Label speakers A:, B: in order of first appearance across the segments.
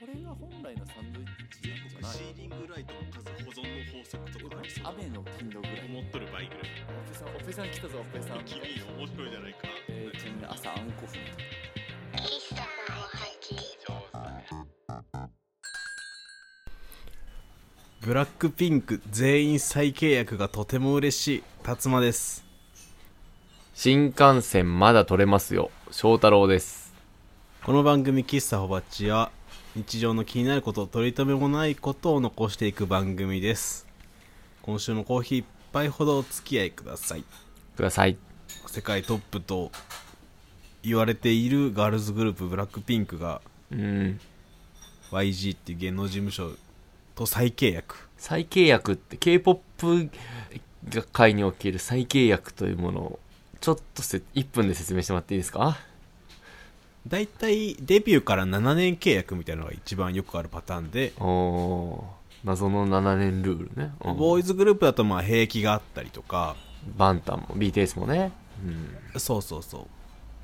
A: これが本来のサンドイッチ
B: 全
A: なんじゃ
B: 国
A: な
B: シー
A: い
B: リングライトの数保存の法則とかありそう
A: 雨の頻度ぐらい
B: 思っとる倍ぐらい
A: オペさんオペさん来たぞオペさん
B: 君面白いじゃないか
A: えー、ちなみに朝あんこ踏む
C: 喫茶の配置
D: ブラックピンク全員再契約がとても嬉しい辰馬です
E: 新幹線まだ取れますよ翔太郎です
D: この番組「喫茶ほばっち」は日常の気になること取り留めもないことを残していく番組です今週もコーヒー一杯ほどお付き合いください
E: ください
D: 世界トップと言われているガールズグループブラックピンクが
E: うん
D: YG っていう芸能事務所と再契約
E: 再契約って k p o p 界における再契約というものをちょっとせ1分で説明してもらっていいですか
D: だいたいデビューから7年契約みたいなのが一番よくあるパターンで
E: おおー謎の7年ルールね、うん
D: ボーイズグループだとまあ兵役があったりとか
E: バンタンも BTS もね、うん、
D: そうそうそ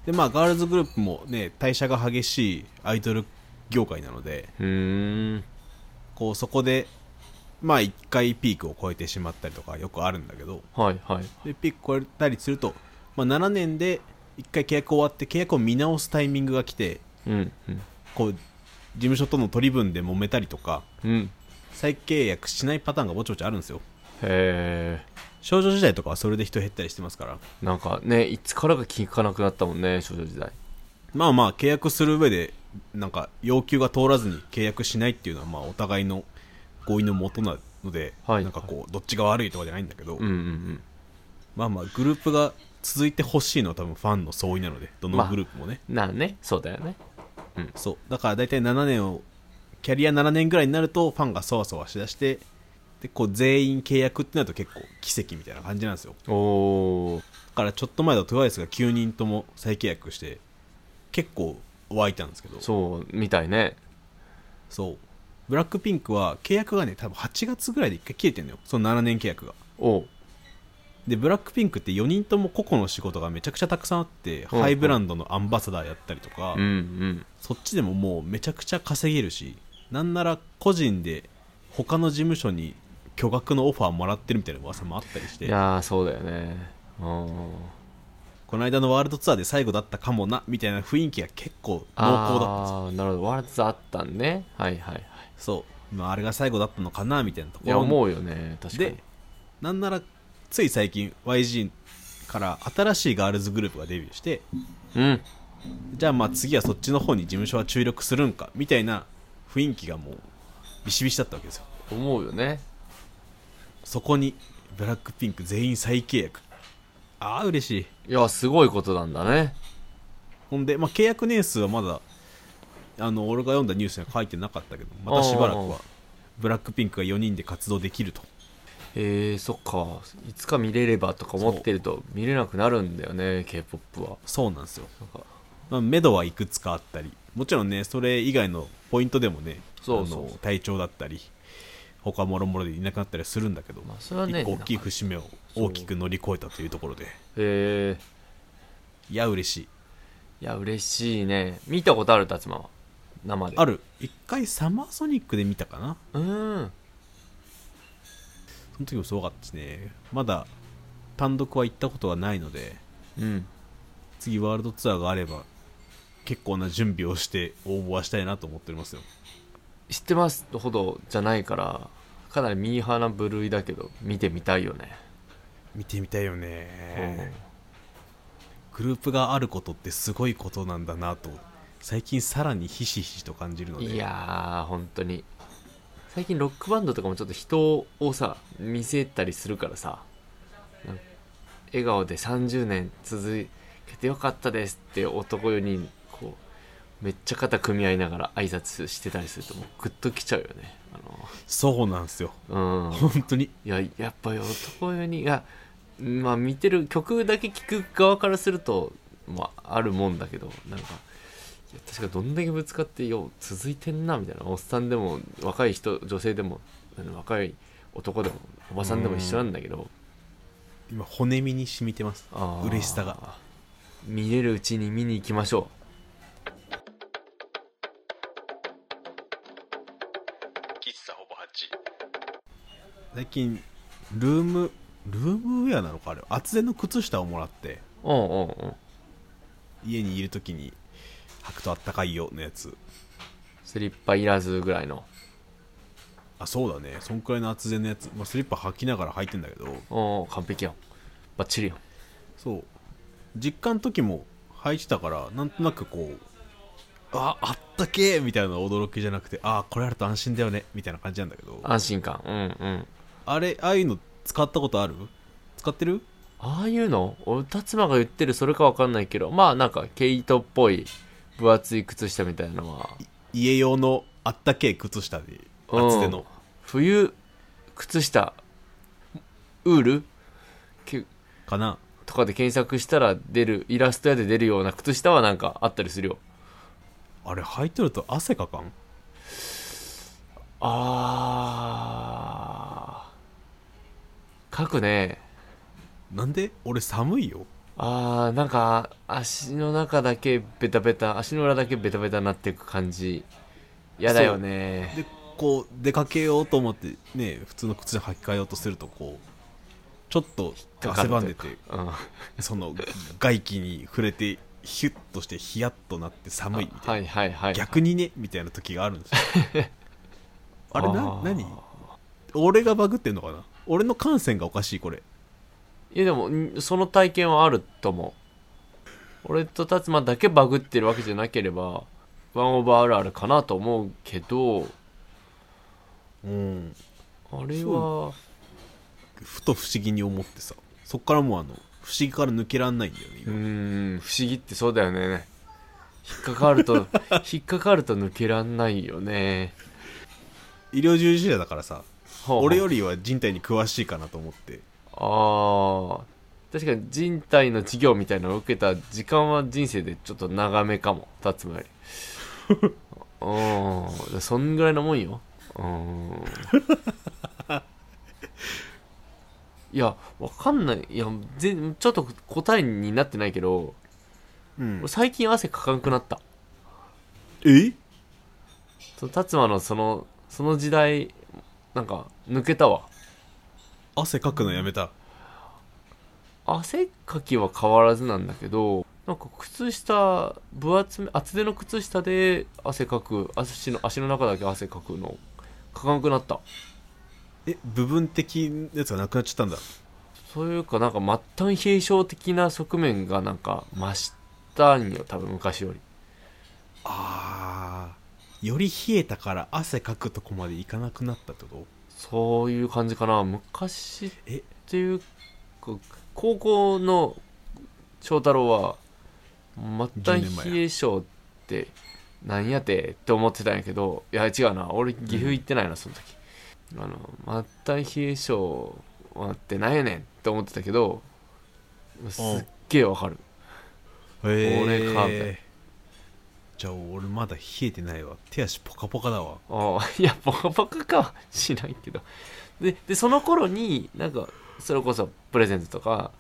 D: うでまあガールズグループもね代謝が激しいアイドル業界なので
E: うーん
D: こうそこでまあ一回ピークを超えてしまったりとかよくあるんだけど
E: はいはい
D: でピーク超えたりすると、まあ、7年で一回契約終わって契約を見直すタイミングが来て
E: うんうん
D: こう事務所との取り分で揉めたりとか
E: うん
D: 再契約しないパターンがぼちぼちあるんですよ
E: へえ
D: 少女時代とかはそれで人減ったりしてますから
E: なんかねいつからか聞かなくなったもんね少女時代
D: まあまあ契約する上でなんか要求が通らずに契約しないっていうのはまあお互いの合意のもとなので、
E: はい
D: なんかこうどっちが悪いとかじゃないんだけど、
E: うんうん
D: まあまあグループが続いてほしいのは多分ファンの相違なのでどのグループもね、
E: うんなあねそうだよね
D: そうだから大体7年をキャリア7年ぐらいになるとファンがそわそわしだしてでこう全員契約ってなると結構奇跡みたいな感じなんですよ
E: おお
D: だからちょっと前だと TWICE が9人とも再契約して結構湧いたんですけど
E: そうみたいね
D: そうブラックピンクは契約がね多分8月ぐらいで1回切れてんのよその7年契約が
E: おう
D: でブラックピンクって4人とも個々の仕事がめちゃくちゃたくさんあって、
E: うん
D: ハイブランドのアンバサダーやったりとか、
E: うんうん
D: そっちでももうめちゃくちゃ稼げるしなんなら個人で他の事務所に巨額のオファーもらってるみたいな噂もあったりし
E: い
D: て
E: やーそうだよねうん
D: この間のワールドツアーで最後だったかもなみたいな雰囲気が結構濃厚だったんですよ
E: ああーなるほどワールドあったんねはいはいはい
D: そうまああれが最後だったのかなみたいなとこ
E: いや
D: ろ
E: 思うよね確かに
D: でなんならつい最近 YG から新しいガールズグループがデビューして
E: うん
D: じゃあまあ次はそっちの方に事務所は注力するんかみたいな雰囲気がもうビシビシだったわけですよ
E: 思うよね
D: そこにブラックピンク全員再契約ああ嬉しい
E: いやすごいことなんだね
D: ほんで、まあ、契約年数はまだあの俺が読んだニュースには書いてなかったけどまたしばらく
E: おうおうお
D: は
E: う
D: ブラックピンクが4人で活動できると
E: えー、そっかいつか見れればとか思ってると見れなくなるんだよね k p o p は
D: そうなんですよ
E: なんか
D: まあ、目処はいくつかあったりもちろんねそれ以外のポイントでもね
E: そうそう
D: あの体調だったり他もろもろでいなくなったりするんだけど、
E: まあそれはね
D: 一個大きい節目を大きく乗り越えたというところで
E: えー、
D: いや嬉しい
E: いや嬉しいね見たことある達馬は生で
D: あ
E: る
D: る一回サマーソニックで見たかな
E: うん
D: その時もすごかったしねまだ単独は行ったことがないので
E: うん
D: 次ワールドツアーがあれば結構な準備をして応募はしたいなと思っておりますよ
E: 知ってますほどじゃないからかなりミーハーな部類だけど見てみたいよね、
D: 見てみたいよねグループがあることってすごいことなんだなと最近さらにひしひしと感じるの
E: うん
D: で
E: いやー本当に最近ロックバンドとかもちょっと人をさ見せたりするからさなんか笑顔で30年続けてよかったですって男4人こうめっちゃ肩組み合いながら挨拶してたりするともうグッときちゃうよね
D: そうなんですよ
E: あのうん
D: 本当に
E: いややっぱり男湯にがまあ見てる曲だけ聴く側からするとまああるもんだけどなんかいや確かどんだけぶつかってよう続いてんなみたいなおっさんでも若い人女性でもあの若い男でもおばさんでも一緒なんだけど
D: 今骨身に染みてます
E: あー
D: 嬉しさが
E: 見れるうちに見に行きましょ
D: 最近ルームルームウェアなのかあれ厚手の靴下をもらって
E: うんうんうん
D: 家にいる時に履くとあったかいよのやつ
E: スリッパいらずぐらいの
D: あそうだねそんくらいの厚手のやつ、まあ、スリッパ履きながら履いてんだけど
E: おお完璧やんバッチリやん
D: そう実家の時も履いてたからなんとなくこうああったけえみたいな驚きじゃなくてあこれあると安心だよねみたいな感じなんだけどあ
E: 安心感うんうん
D: れああいうの使ったことある使ってる
E: ああいうの俺辰馬が言ってるそれかわかんないけどまあなんか毛糸っぽい分厚い靴下みたいなのは
D: 家用のあったけえ靴下で
E: うん
D: 厚手の
E: 冬靴下ウールけ
D: かな
E: とかで検索したら出るイラスト屋で出るような靴下はなんかあったりするよ
D: あれ履いてると汗かかん
E: あー書くね
D: なんで俺寒いよ
E: あーなんか足の中だけベタベタ足の裏だけベタベタになっていく感じやだよね
D: でこう出かけようと思ってね普通の靴に履き替えようとするとこうちょっと
E: かか
D: 汗
E: る
D: ばんでて
E: うん
D: その外気に触れてヒュッとしてヒヤッとなって寒いみたいな、
E: はいはいはい
D: 逆にねみたいな時があるんですよ あれな
E: ー
D: 何俺がバグってんのかな俺の感染がおかしいこれ
E: いやでもんその体験はあると思う俺と達馬だけバグってるわけじゃなければワンオーバーあるあるかなと思うけど
D: うん
E: あれは
D: ふと不思議に思ってさそっからもうあの不思議から抜けらんないんだよね
E: う
D: 今
E: ーん不思議ってそうだよね引っかか ると引っかかると抜けらんないよね
D: 医療従事者だからさ俺よ
E: り
D: りは人体に詳しいかなと思って
E: あー確かに人体の授業みたいなのを受けた時間は人生でちょっと長めかも達馬よりうんそんぐらいのもんようんいやわかんないいやぜちょっと答えになってないけど
D: うん
E: 俺最近汗かかんくなった
D: え
E: その達馬のそのその時代なんか抜けたわ
D: 汗かくのやめた
E: 汗っかきは変わらずなんだけどなんか靴下分厚め厚手の靴下で汗かく足の足の中だけ汗かくのかかんくなった
D: え部分的なやつがなくなっちゃったんだ
E: そういうかなんか末端冷え性的な側面がなんか増したんよ多分昔より
D: あーより冷えたから汗かくとこまでいかなくなったってこと
E: そういう感じかな昔っ
D: え
E: ていうか高校の翔太郎は末
D: 10年
E: 端
D: 前
E: 冷え性ってなんやてって思ってたんやけどいや違うな俺岐阜行ってないな、その時あの末端冷え性はってなんやねんって思ってたけどすっげえわかる
D: へ
E: 俺かみたいな
D: じゃあ俺まだ冷えてないわ手足ポカポカだわ
E: あ あいやバカバカかはしないけどででその頃になんかそれこそプレゼントとか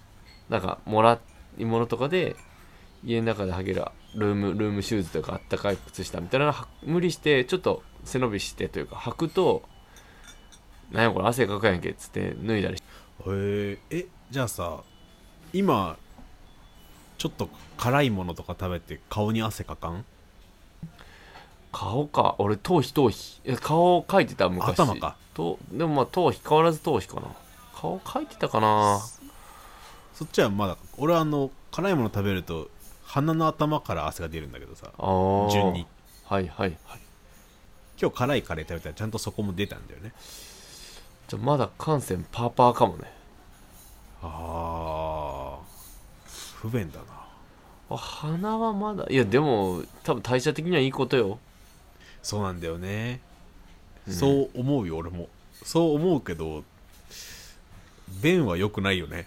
E: なんかもらい物とかで家の中で履けるルームルームシューズとかあったかい靴下みたいなのは無理してちょっと背伸びしてというか履くと「なんやこれ汗かくやんけ」っつって脱いだりし
D: へええじゃあさ今ちょっと辛いものとか食べて顔に汗かかん
E: 顔か俺頭皮頭皮いや顔を描いてた昔
D: 頭か
E: とでもまあ頭皮変わらず頭皮かな顔描いてたかな
D: そっちはまだ俺はあの辛いもの食べると鼻の頭から汗が出るんだけどさ
E: あー
D: 順に
E: はいはいはい
D: 今日辛いカレー食べたらちゃんとそこも出たんだよね
E: じゃあまだ感染パーパーかもね
D: あー不便だな
E: あ鼻はまだいやでも多分代謝的にはいいことよ
D: そうなんだよね、
E: うん
D: そう思うよ俺もそう思うけど便は良くないよね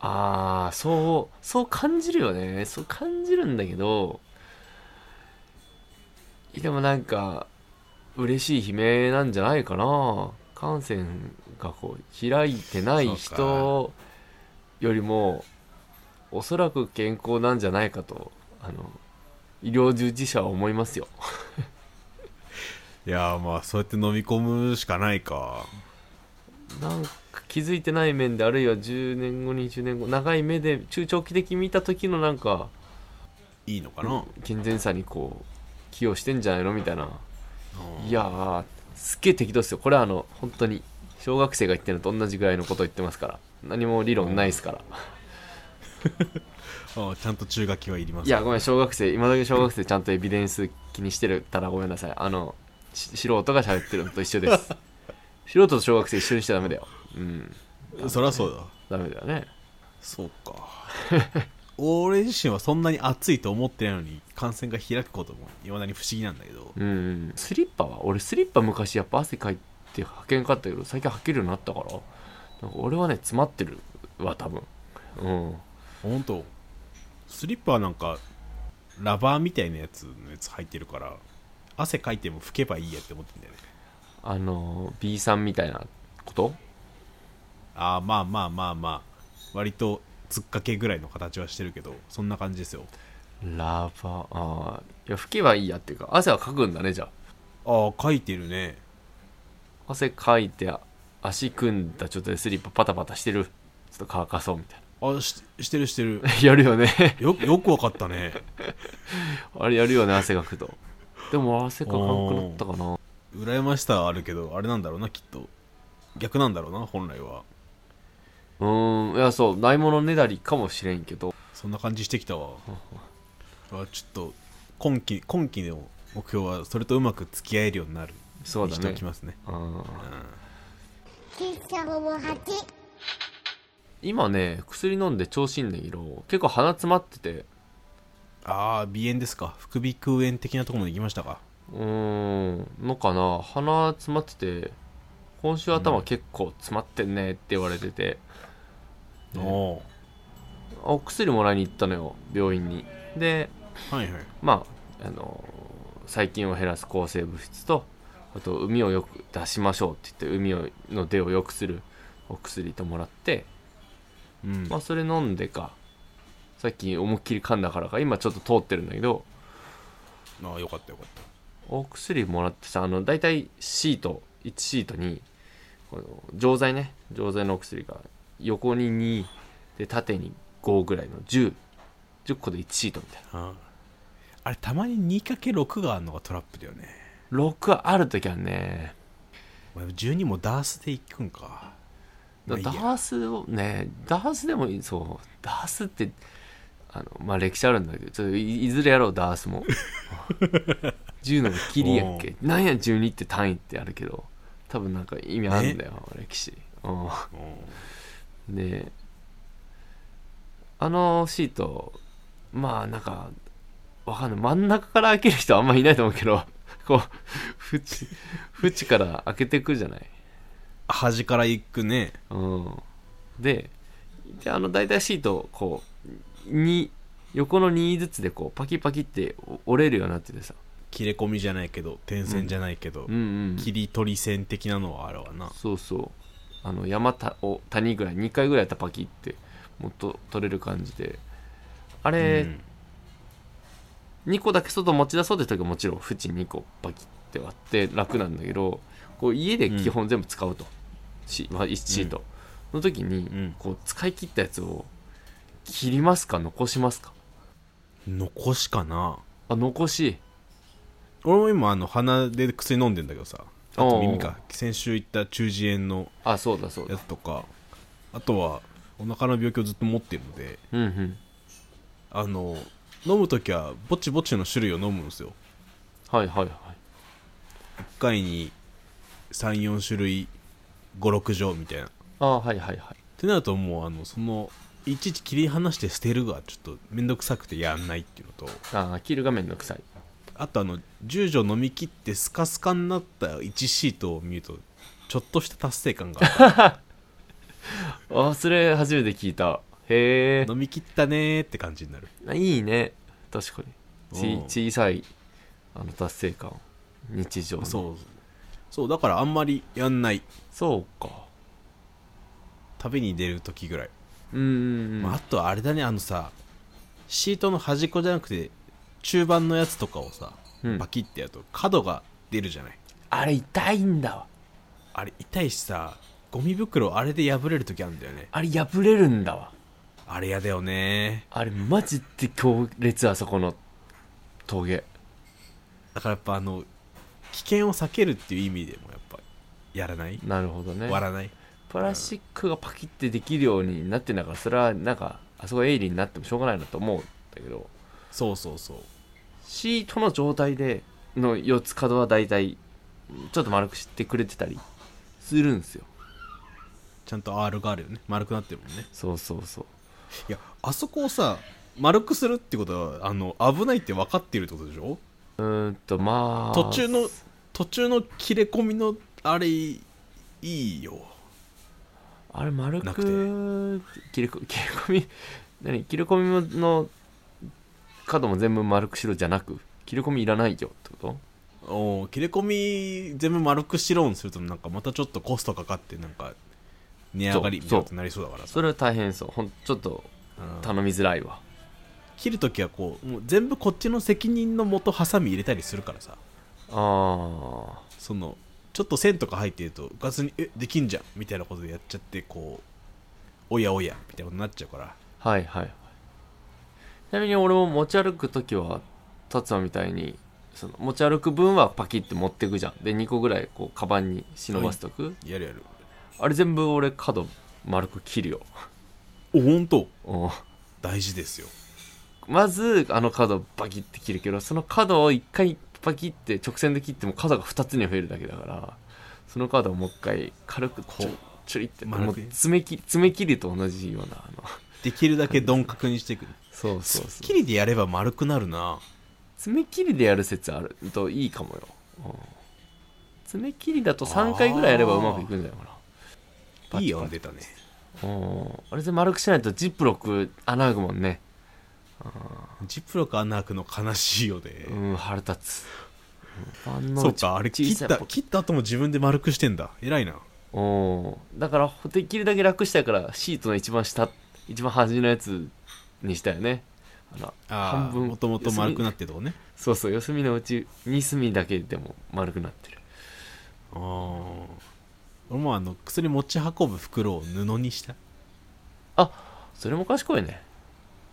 E: ああそうそう感じるよねそう感じるんだけどいやでもなんか嬉しい悲鳴なんじゃないかな感染がこう開いてない
D: そ
E: 人よりもおそらく健康なんじゃないかとあの医療従事者は思いますよ
D: いやーまあそうやって飲み込むしかないか
E: なんか気づいてない面であるいは10年後20年後長い目で中長期的に見た時のなんか
D: いいのかな、
E: 健全さにこう寄与してんじゃないのみたいな、いやーすっげえ適当ですよこれはあの本当に小学生が言ってるのと同じぐらいのことを言ってますから何も理論ないですから、
D: ああちゃんと中書きはいります
E: いやごめん小学生今だけ小学生ちゃんとエビデンス気にしてるたらごめんなさいあのし素人が喋ってるのと一緒です素人と小学生一緒にしちゃダメだようん
D: そりゃそうだ
E: ダメだよね
D: そう か俺自身はそんなに暑いと思ってないのに感染が開くこともいまだに不思議なんだけど
E: うんスリッパは俺スリッパ昔やっぱ汗かいて履けんかったけど最近履けるようになったからなんか俺はね詰まってるわ多分うん
D: 本当スリッパなんかラバーみたいなやつのやつ履いてるから汗かいても拭けばいいやって思ってんだよね
E: あの B さんみたいなこと
D: ああまあまあまあまあ割と突っかけぐらいの形はしてるけどそんな感じですよ
E: ラバーあーいや拭けばいいやっていうか汗はかくんだねじゃあ
D: ああかいてるね
E: 汗かいて足組んだ状態でスリッパパタパタしてるちょっと乾かそうみたい
D: あししてるしてる
E: な やるよね
D: よ よくわかったね
E: あれやるよね汗かくとでも汗かかなくなったかな
D: 羨ましさはあるけどあれなんだろうなきっと逆なんだろうな本来は
E: うーんいやそうないものねだりかもしれんけど
D: そんな感じしてきた わあちょっと今期今期の目標はそれとうまく付き合えるようになる
E: そう
D: に
E: だ
D: してお
E: ね
D: きますね
E: うん
C: 喫茶もも八。
E: 今ね薬飲んで調子いいんだけど結構鼻詰まってて
D: ああ鼻炎ですか副鼻腔炎的なところまで行きましたか
E: うーんのかな鼻詰まってて今週頭結構詰まってんねって言われてて、
D: おお
E: あお薬もらいに行ったのよ病院にで
D: ーはいはい
E: まああの細菌を減らす抗生物質とあと海をよく出しましょうって言って海をの出を良くするお薬ともらって、
D: うん
E: まあ、それ飲んでかさっき思いっきり噛んだからか今ちょっと通ってるんだけど
D: ああよかったよかった
E: お薬もらってさあの大体シート1シートにこの錠剤ね錠剤のお薬が横に2で縦に5ぐらいの1010個で1シートみたいな
D: うんあれたまに 2×6 があるのがトラップだよね
E: 6はある時はね
D: お前12もダースで行くんかま
E: だ
D: あいい
E: ダ
D: や
E: ースをねダースでもいいそうダースってあのまあ歴史あるんだけどちょっといいずれやろうダースも 10のがキリやっけなんや12って単位ってあるけど多分なんか意味あるんだよ歴史う
D: うん
E: んであのシートまあなんかわかんない真ん中から開ける人あんまいないと思うけど こう縁縁から開けてくじゃない
D: 端から行くね
E: うん、でであの大体シートをこうに横の2ずつでこうパキパキって折れるようになっててさ、
D: 切れ込みじゃないけど点線じゃないけど、
E: うんうん、
D: 切り取り線的なのはあるわな
E: そうそうあの山たを谷ぐらい2回ぐらいやったらパキってもっと取れる感じであ
D: う
E: れ、
D: ん
E: 2個だけ外持ち出そうって時はもちろん縁2個パキって割って楽なんだけどこう家で基本全部使うと、しまあ、1シート、の時に、
D: うん
E: こう使い切ったやつを切りますか残しますか
D: 残しかな
E: あ残し
D: 俺も今あの鼻で薬飲んでんだけどさあ
E: おうお
D: と
E: う
D: 耳か先週行った中耳炎の
E: あそうだそう
D: や
E: だ
D: つとかあとはお腹の病気をずっと持ってるので
E: うんうん
D: あの飲む時はぼちぼちの種類を飲むんですよ
E: はいはいはい
D: 1回に34種類56錠みたいなっ
E: あはいはいはい
D: てなるともうあのそのいちいち切り離して捨てるがちょっとめんどくさくてやんないっていうのと
E: あ切るがめんどくさい
D: あとあの10錠飲み切ってスカスカになった1シートを見るとちょっとした達成感がある
E: あそれ初めて聞いた へ
D: 飲み切ったねーって感じになる
E: えいいね確かに
D: うん
E: ち小さいあの達成感日常の
D: そうそうだからあんまりやんない
E: そうか
D: 旅に出る時ぐらい、
E: うんうんうん、
D: まあ、あとあれだねあのさシートの端っこじゃなくて中盤のやつとかをさ、
E: うん
D: バキってやると角が出るじゃない
E: あれ痛いんだわ
D: あれ痛いしさゴミ袋あれで破れる時あるんだよね
E: あれ破れるんだわ
D: あれやだよね
E: あれマジで強烈あそこの峠
D: だからやっぱあの危険を避けるっていう意味でもやっぱやらない
E: なるほどね
D: 割らない
E: プラスチックがパキってできるようになってんだからそれはなんかあそこ鋭利になってもしょうがないなと思うんだけど
D: そうそうそう
E: シートの状態での4つ角は大体ちょっと丸くしてくれてたりするんですよ
D: ちゃんと R があるよね丸くなってるもんね
E: そうそうそう
D: いやあそこをさ丸くするってことはあの危ないって分かってるってことでしょ
E: うーんとまあ
D: 途中の途中の切れ込みのあれいいよ
E: あれ丸
D: な
E: く切れこ 切れ込み何切れ込みの角も全部丸くしろじゃなく切れ込みいらないよってこと
D: おー切れ込み全部丸くしろんするとなんかまたちょっとコストかかってなんか値上がりみたいなことになりそうだからさ
E: それは大変そうほんちょっと
D: うん
E: 頼みづらいわ
D: 切るときはこうもう全部こっちの責任のもとハサミ入れたりするからさ
E: あ
D: そのちょっと線とか入ってるとガスに「えできんじゃん」みたいなことでやっちゃってこうおやおやみたいなことになっちゃうから
E: あはいはいはいちなみに俺も持ち歩く時は達也みたいにその持ち歩く分はパキッて持ってくじゃんで2個ぐらいこうカバンに忍ばせとく、
D: やるやる
E: あれ全部俺角丸く切るよ
D: お本当
E: うん
D: 大事ですよ
E: まずあの角をバキッて切るけどその角を1回バキッて直線で切っても角が2つに増えるだけだからその角をもう一回軽くこうちょりって
D: 丸
E: もう
D: く
E: 爪切り爪切りと同じようなあの
D: できるだけ鈍角にしていく
E: そう
D: す
E: そう
D: っ
E: そ
D: き
E: う
D: りでやれば丸くなるな
E: 爪切りでやる説あるといいかもよ、うん爪切りだと3回ぐらいやればうまくいくんじゃないかなバチバチ
D: いい案出たね
E: うんあれで丸くしないとジップロック穴開くもんね
D: ジップロック穴開くの悲しいよね、
E: うん腹立つうん万能
D: そうかあれ
E: 小
D: 切っ
E: さいポ
D: た
E: ケット
D: 切った後も自分で丸くしてんだ偉いな
E: おーだからほできるだけ楽したいからシートの一番下一番端のやつにしたよねあの
D: あ
E: 半
D: あ
E: 分
D: もともと丸くなってるとこね
E: そうそう四隅のうち二隅だけでも丸くなってる
D: ああ俺もあの薬持ち運ぶ袋を布にした
E: それも賢いね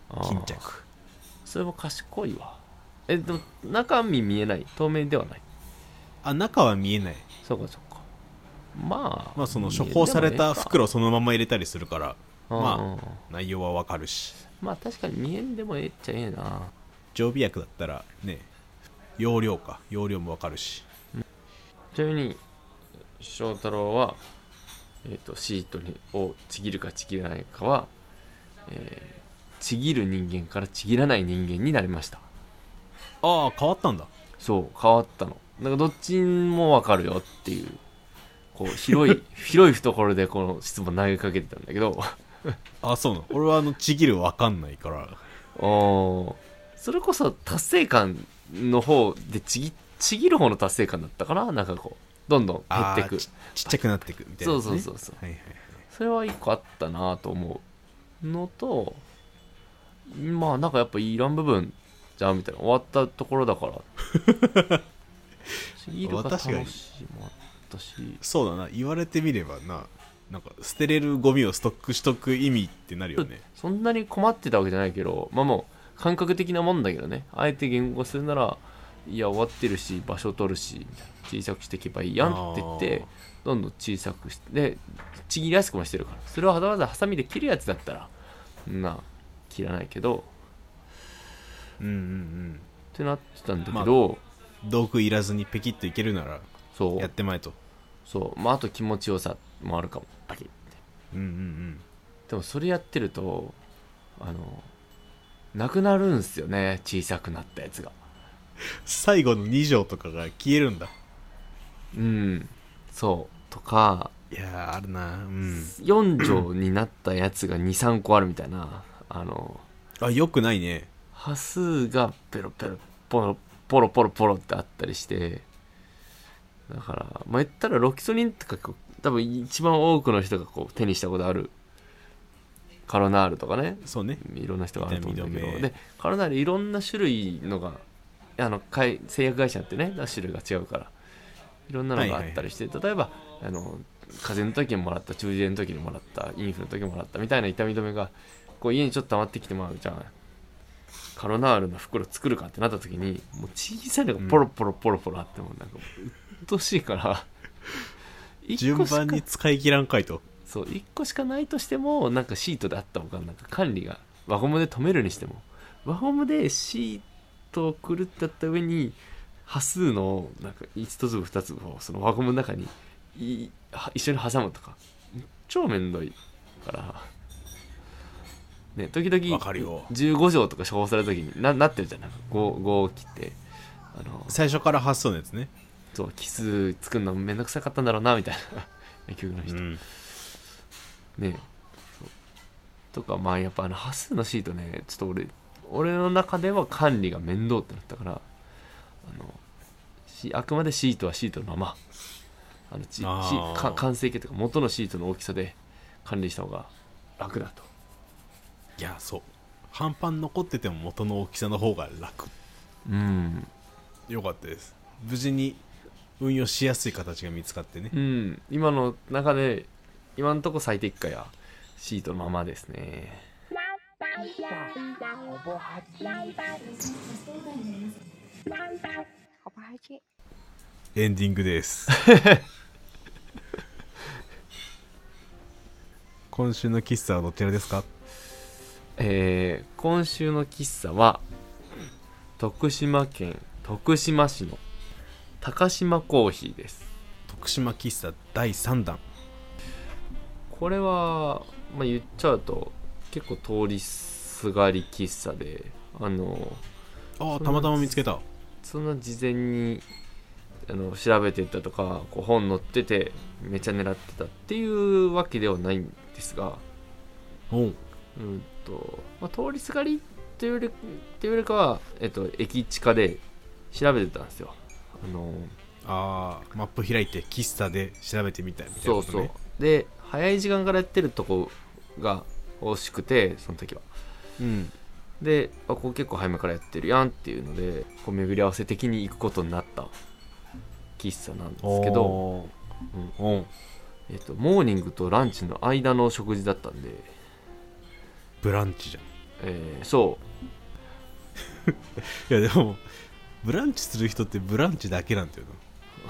E: あー
D: 巾着
E: それも賢いわえでも中身見えない透明ではない
D: あ中は見えない
E: そうかそうかまあ
D: まあその処方された袋をそのまま入れたりするからまあ
E: まあ
D: 内容はわかるし
E: まあ確かに見えんでもええっちゃええな
D: 常備薬だったらね容量か容量もわかるし
E: ちなみに翔太郎は、えー、とシートにをちぎるかちぎらないかは、えーちぎる人間からちぎらない人間になりました
D: ああ変わったんだ
E: そう変わったのだからどっちもわかるよっていうこう広 い広い懐でこの質問投げかけてたんだけど
D: あそうなの俺はあのちぎるわかんないから
E: おーそれこそ達成感の方でちぎちぎる方の達成感だったかななんかこうどんどん減
D: あ
E: っ
D: ー
E: てく
D: ちちっちゃくなっていくみたいな
E: そ
D: ね、
E: うそうそうそう
D: はいはい
E: それは一個あったなと思うのとまあなんかやっぱいらん部分じゃんみたいな終わったところだからちぎるが楽し いもあったし
D: そうだな言われてみればななんか捨てれるゴミをストックしとく意味ってなるよね
E: そんなに困ってたわけじゃないけどまあもう感覚的なもんだけどねあえて言語化するならいや終わってるし場所取るしみたいな小さくしていけばいいやんって言ってどんどん小さくしてでちぎりやすくもしてるからそれをわざわざハサミで切るやつだったらそんな切らないけど
D: うんうん
E: ってなってたんだけ
D: まあ
E: ど、
D: うん道具いらずにペキッといけるなら
E: そ
D: やっ
E: う
D: てまいと
E: そうまああと気持ちよさもあるかもパキッて
D: うんうんうん
E: でもそれやってるとあのなくなるんすよね小さくなったやつが
D: 最後の2条とかが消えるんだ
E: うんそうとか、
D: いやーあるなうん
E: 4畳になったやつが23個あるみたいなあの
D: あよくないね
E: 端数がペロペロポロポロポロポロってあったりしてだからまあ言ったらロキソニンとかこう多分一番多くの人がこう手にしたことあるカロナールとかね
D: そうね
E: いろんな人があると思うん
D: 痛み
E: だけ
D: 止
E: ど
D: め
E: で体にいろんな種類のがあのかい製薬会社ってね種類が違うからいろんなのがあったりして、例えばあの風邪の時にもらった中耳炎の時にもらったインフルの時にもらったみたいな痛み止めがこう家にちょっと溜まってきてまあじゃあカロナールの袋作るかってなった時にもう小さいのがポロポロポロポロあってもなんかもううっとうしいから一
D: 順
E: 個しか
D: 番に使い切らんかいと
E: そう1個しかないとしてもなんかシートであったほかなんか管理が輪ゴムで止めるにしても輪ゴムでシートをくるってやった上に端数のなんか1粒2粒をその輪ゴムの中にいは一緒に挟むとか超めんどいから。ね、時々
D: わかるよ
E: 15条とか処方された時にななってるじゃんない 5, 5を切ってあの
D: 最初から発想のやつね
E: そう奇数作るのめんどくさかったんだろうなみたいな 野球部の人、
D: うん
E: ねそうとかまあやっぱあの端数のシートねちょっと俺俺の中では管理が面倒ってなったからあのしあくまでシートはシートのままあのち
D: あー
E: しか完成形というか元のシートの大きさで管理した方が楽だと
D: いやそう半端残ってても元の大きさの方が楽
E: うん
D: よかったです無事に運用しやすい形が見つかってね
E: うん今の中で今のとこ最適化やシートのままですね
D: エンディングです 今週の喫茶はどちらですか
E: えー今週の喫茶は徳島県徳島市の高島コーヒーです
D: 徳島喫茶第3弾
E: これは、まあ、言っちゃうと結構通りすがり喫茶であの
D: ああたまたま見つけた
E: そんな事前にあの調べてったとかこう本載っててめちゃ狙ってたっていうわけではないんですが
D: おう
E: うんと、まあ、通りすがりっていうよりっていうよりかは、えっと、駅地下で調べてたんですよあの
D: ああマップ開いて喫茶で調べてみたいみたいな
E: そ
D: こ
E: う
D: と
E: そう
D: ね
E: で早い時間からやってるとこが欲しくてその時は
D: うん
E: であこう結構早めからやってるやんっていうのでこう巡り合わせ的に行くことになった喫茶なんですけど、
D: お
E: うん
D: ーうん
E: えっと、モーニングとランチの間の食事だったんで、
D: ブランチじゃん
E: えーそう
D: いやでもブランチする人ってブランチだけなんだ よ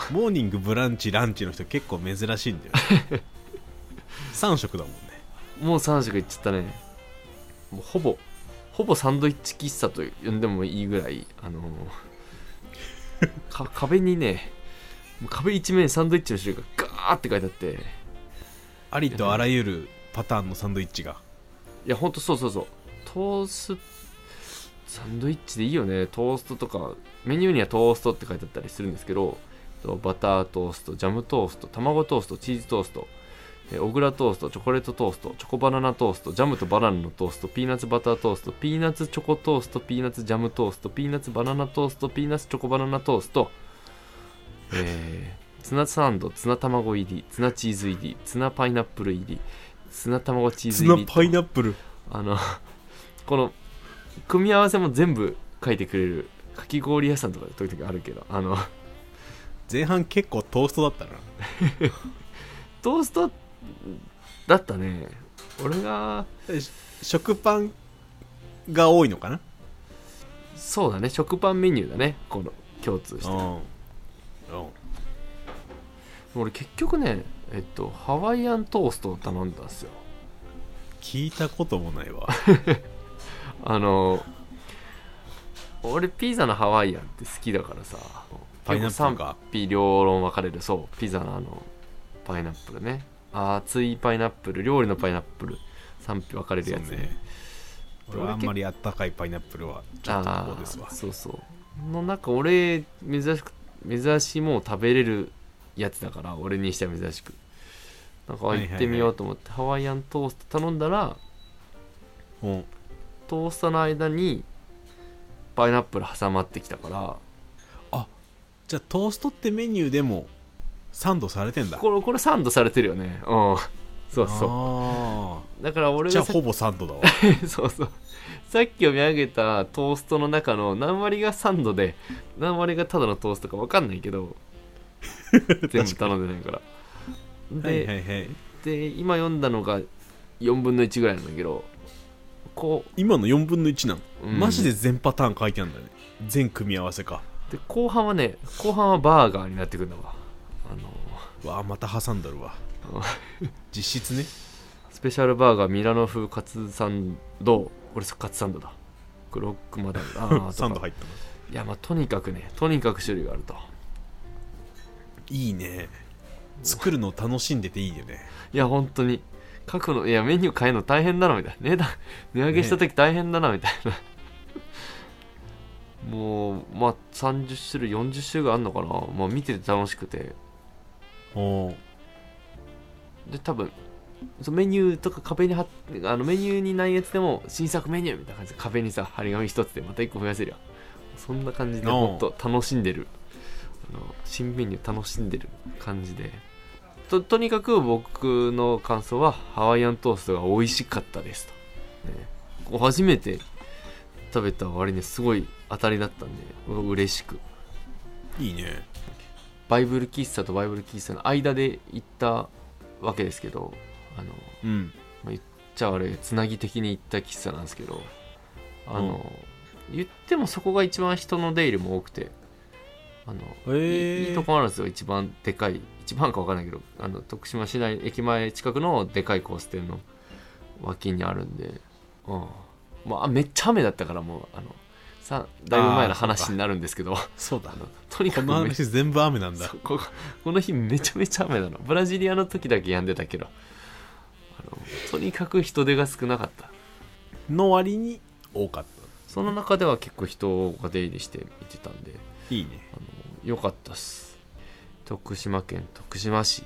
D: なモーニングブランチランチの人結構珍しいんだよ ね三3食だもんね
E: もう3食いっちゃったねもうほぼほぼサンドイッチ喫茶と呼んでもいいぐらいあのーか壁にねもう壁一面サンドイッチの種類がガーって書いてあって
D: ありとあらゆるパターンのサンドイッチが
E: いやほんとそうそうそうトースサンドイッチでいいよねトーストとかメニューにはトーストって書いてあったりするんですけどとバタートーストジャムトースト卵トーストチーズトーストえー小倉トーストチョコレートトーストチョコバナナトーストジャムとバナナのトーストピーナッツバタートーストピーナッツチョコトーストピーナッツジャムトーストピーナッツバナナトーストピーナッツチョコバナナトーストえーツナサンドツナ卵入りツナチーズ入りツナパイナップル入りツナ卵チーズ
D: ツ
E: 入
D: ナ
E: り
D: パイナップル
E: あの この組み合わせも全部書いてくれるかき氷屋さんとかで時々あるけどあの
D: 前半結構トーストだったな
E: トーストだったね俺が
D: えし食パンが多いのかな
E: そうだね食パンメニューだねこの共通して
D: ん
E: 俺結局ねえっとハワイアントーストを頼んだんですよ
D: 聞いたこともない わ
E: あの俺ピザのハワイアンって好きだからさ
D: パイナップルか
E: 結構賛否両論分かれるそうピザのあのパイナップルね熱いパイナップル料理のパイナップル賛否分かれる
D: そう
E: やつね
D: ね俺はあんまりあったかいパイナップルはちょっと
E: あ
D: こう
E: あ
D: ですわ
E: ーそうそうのなんか俺珍しく珍しいもう食べれるやつだから俺にしては珍しくなんかあ
D: はいはいはい
E: 行ってみようと思って、ハワイアントースト頼んだら
D: うん
E: トーストの間にパイナップル挟まってきたから
D: じゃあトーストってメニューでもサンドされてんだ
E: これこれサンドされてるよねうんそうそ
D: あ
E: うだから
D: ー
E: 俺
D: じゃ
E: が
D: あ
E: さ
D: ほぼサンドだわ
E: そうそうさっき読み上げたトーストの中の何割がサンドで 何割がただのトーストか分かんないけど全部頼んでないからで,、
D: はいはいはい
E: で今読んだのが4分の1ぐらいなんだけどこ
D: 今の4分の1なの、
E: うん
D: マジで全パターン書いてあるんだよね全組み合わせか
E: うで後半はね後半はバーガーになってくるんだわあの
D: わあまた挟んだるわ
E: あ
D: 実質ね
E: スペシャルバーガーミラノ風カツサンド俺カツサンドだクロックマダムあー
D: サンド
E: とか
D: 入ったない
E: やまあとにかくねとにかく種類があると
D: いいね作るのを楽しんでていいよね
E: いや本当に書くのいやメニュー変えるの大変だなみたいな値段値上げした時大変だなみたいな、もうまあ30種類40種類があるのかな、まあ、見てて楽しくて
D: おー
E: で多分そのメニューとか壁に貼っあのメニューにないやつでも新作メニューみたいな感じで壁にさ張り紙一つでまた一個増やせるよそんな感じで
D: おう
E: もっと楽しんでるあの新メニュー楽しんでる感じでととにかく僕の感想はハワイアントーストが美味しかったですと、ね、こう初めて食べた割にすごい当たりだったんでう嬉しく
D: いいね
E: バイブル喫茶とバイブル喫茶の間で行ったわけですけどあの
D: うん
E: じゃああれつなぎ的に行った喫茶なんですけどあの、言ってもそこが一番人の出入りも多くてあの、
D: へー
E: いいいとこあるんですよ一番でかい一番か分かんないけどあの徳島市内駅前近くのでかいコース店の脇にあるんで、うんまあ、めっちゃ雨だったからもうあのさだいぶ前の
D: あーそう
E: 話
D: か
E: になるんですけど
D: そうだ
E: あのとにか
D: こ
E: く
D: の
E: めっ
D: 話全部雨なんだ
E: そうこここの日めちゃめちゃ雨なのブラジリアの時だけ止んでたけどあのとにかく人手が少なかった
D: の割に多かっ
E: その中では結構人が出入りして見てたんで
D: たいいね
E: 良かったっす徳島県徳島市、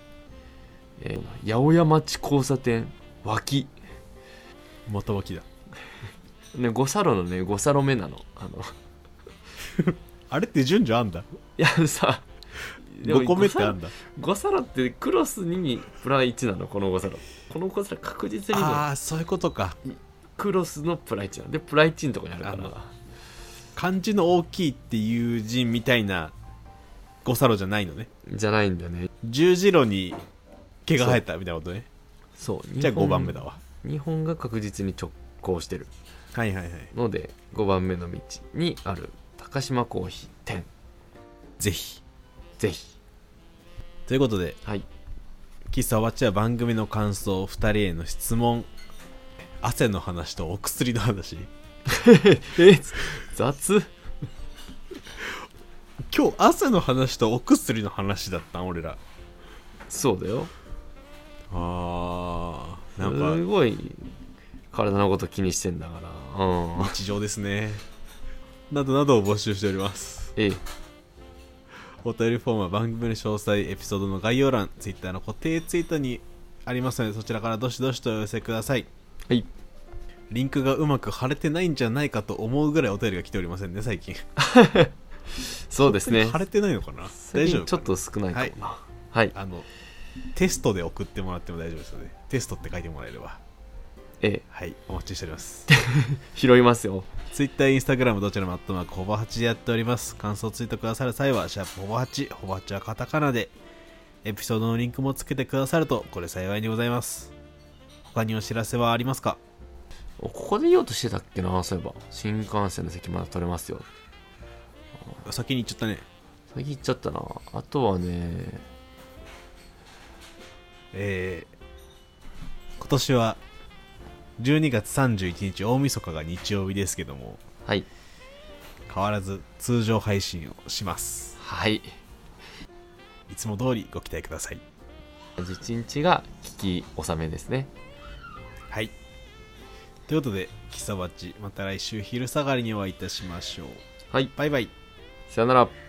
E: えー八百屋町交差点脇
D: また脇だ
E: ね五差路のね五差路目なのあの
D: あれって順序あんだ
E: いやさ
D: 5個目ってあん
E: だ
D: だ
E: 五差路ってクロス2プラ1なのこの五差路この五差路確実にね
D: ああーそういうことか
E: クロスのプライチなんでプライチのとこにあるか
D: あの
E: ら
D: 漢字の大きいっていう字みたいな五差路じゃないのね
E: じゃないんだね
D: 十字路に毛が生えたみたいなことね
E: そう
D: じゃあ
E: 日本
D: 5番目だわ
E: 日本が確実に直行してる
D: はいはいはい
E: ので5番目の道にある高島コーヒー店
D: ぜひ
E: ぜひ
D: ということで
E: はい
D: 喫茶おばっちは番組の感想2人への質問汗の話とお薬の話
E: え雑
D: 今日汗の話とお薬の話だったん俺ら
E: そうだよ
D: あーな
E: す
D: んか
E: ごい体のこと気にしてんだからうん
D: 日常ですねなどなどを募集しております
E: ええ
D: お便りフォームは番組の詳細、エピソードの概要欄、Twitter の固定ツイートにありますので、そちらからどしどしとお寄せください。
E: はい
D: リンクがうまく貼れてないんじゃないかと思うぐらいお便りが来ておりませんね、最近。
E: そうですね
D: 貼れてないのかな
E: 最
D: 大丈
E: 近
D: 夫
E: ちょっと少ないかもなはい
D: あの、テストで送ってもらっても大丈夫ですので、テストって書いてもらえれば。
E: ええ
D: はい、お待ちしております。
E: 拾いますよ
D: Twitter、Instagram どちらもアットマークほぼ8でやっております。感想ツイートくださる際は、シャープほぼ8、ほぼ8はカタカナで、エピソードのリンクもつけてくださると、これ幸いにございます。他にお知らせはありますか
E: おここで言おうとしてたっけなそういえば新幹線の席まだ取れますよ
D: 先に言っちゃったね。
E: 先行っちゃったなあとはね
D: えー、今年は、12月31日大晦日が日曜日ですけども、
E: はい
D: 変わらず通常配信をします。
E: はい
D: いつも通りご期待ください。
E: 11日が聞き納めですね
D: はい。ということで、キサバッチ、また来週昼下がりにお会いいたしましょう。
E: はい
D: バイバイ。
E: さよなら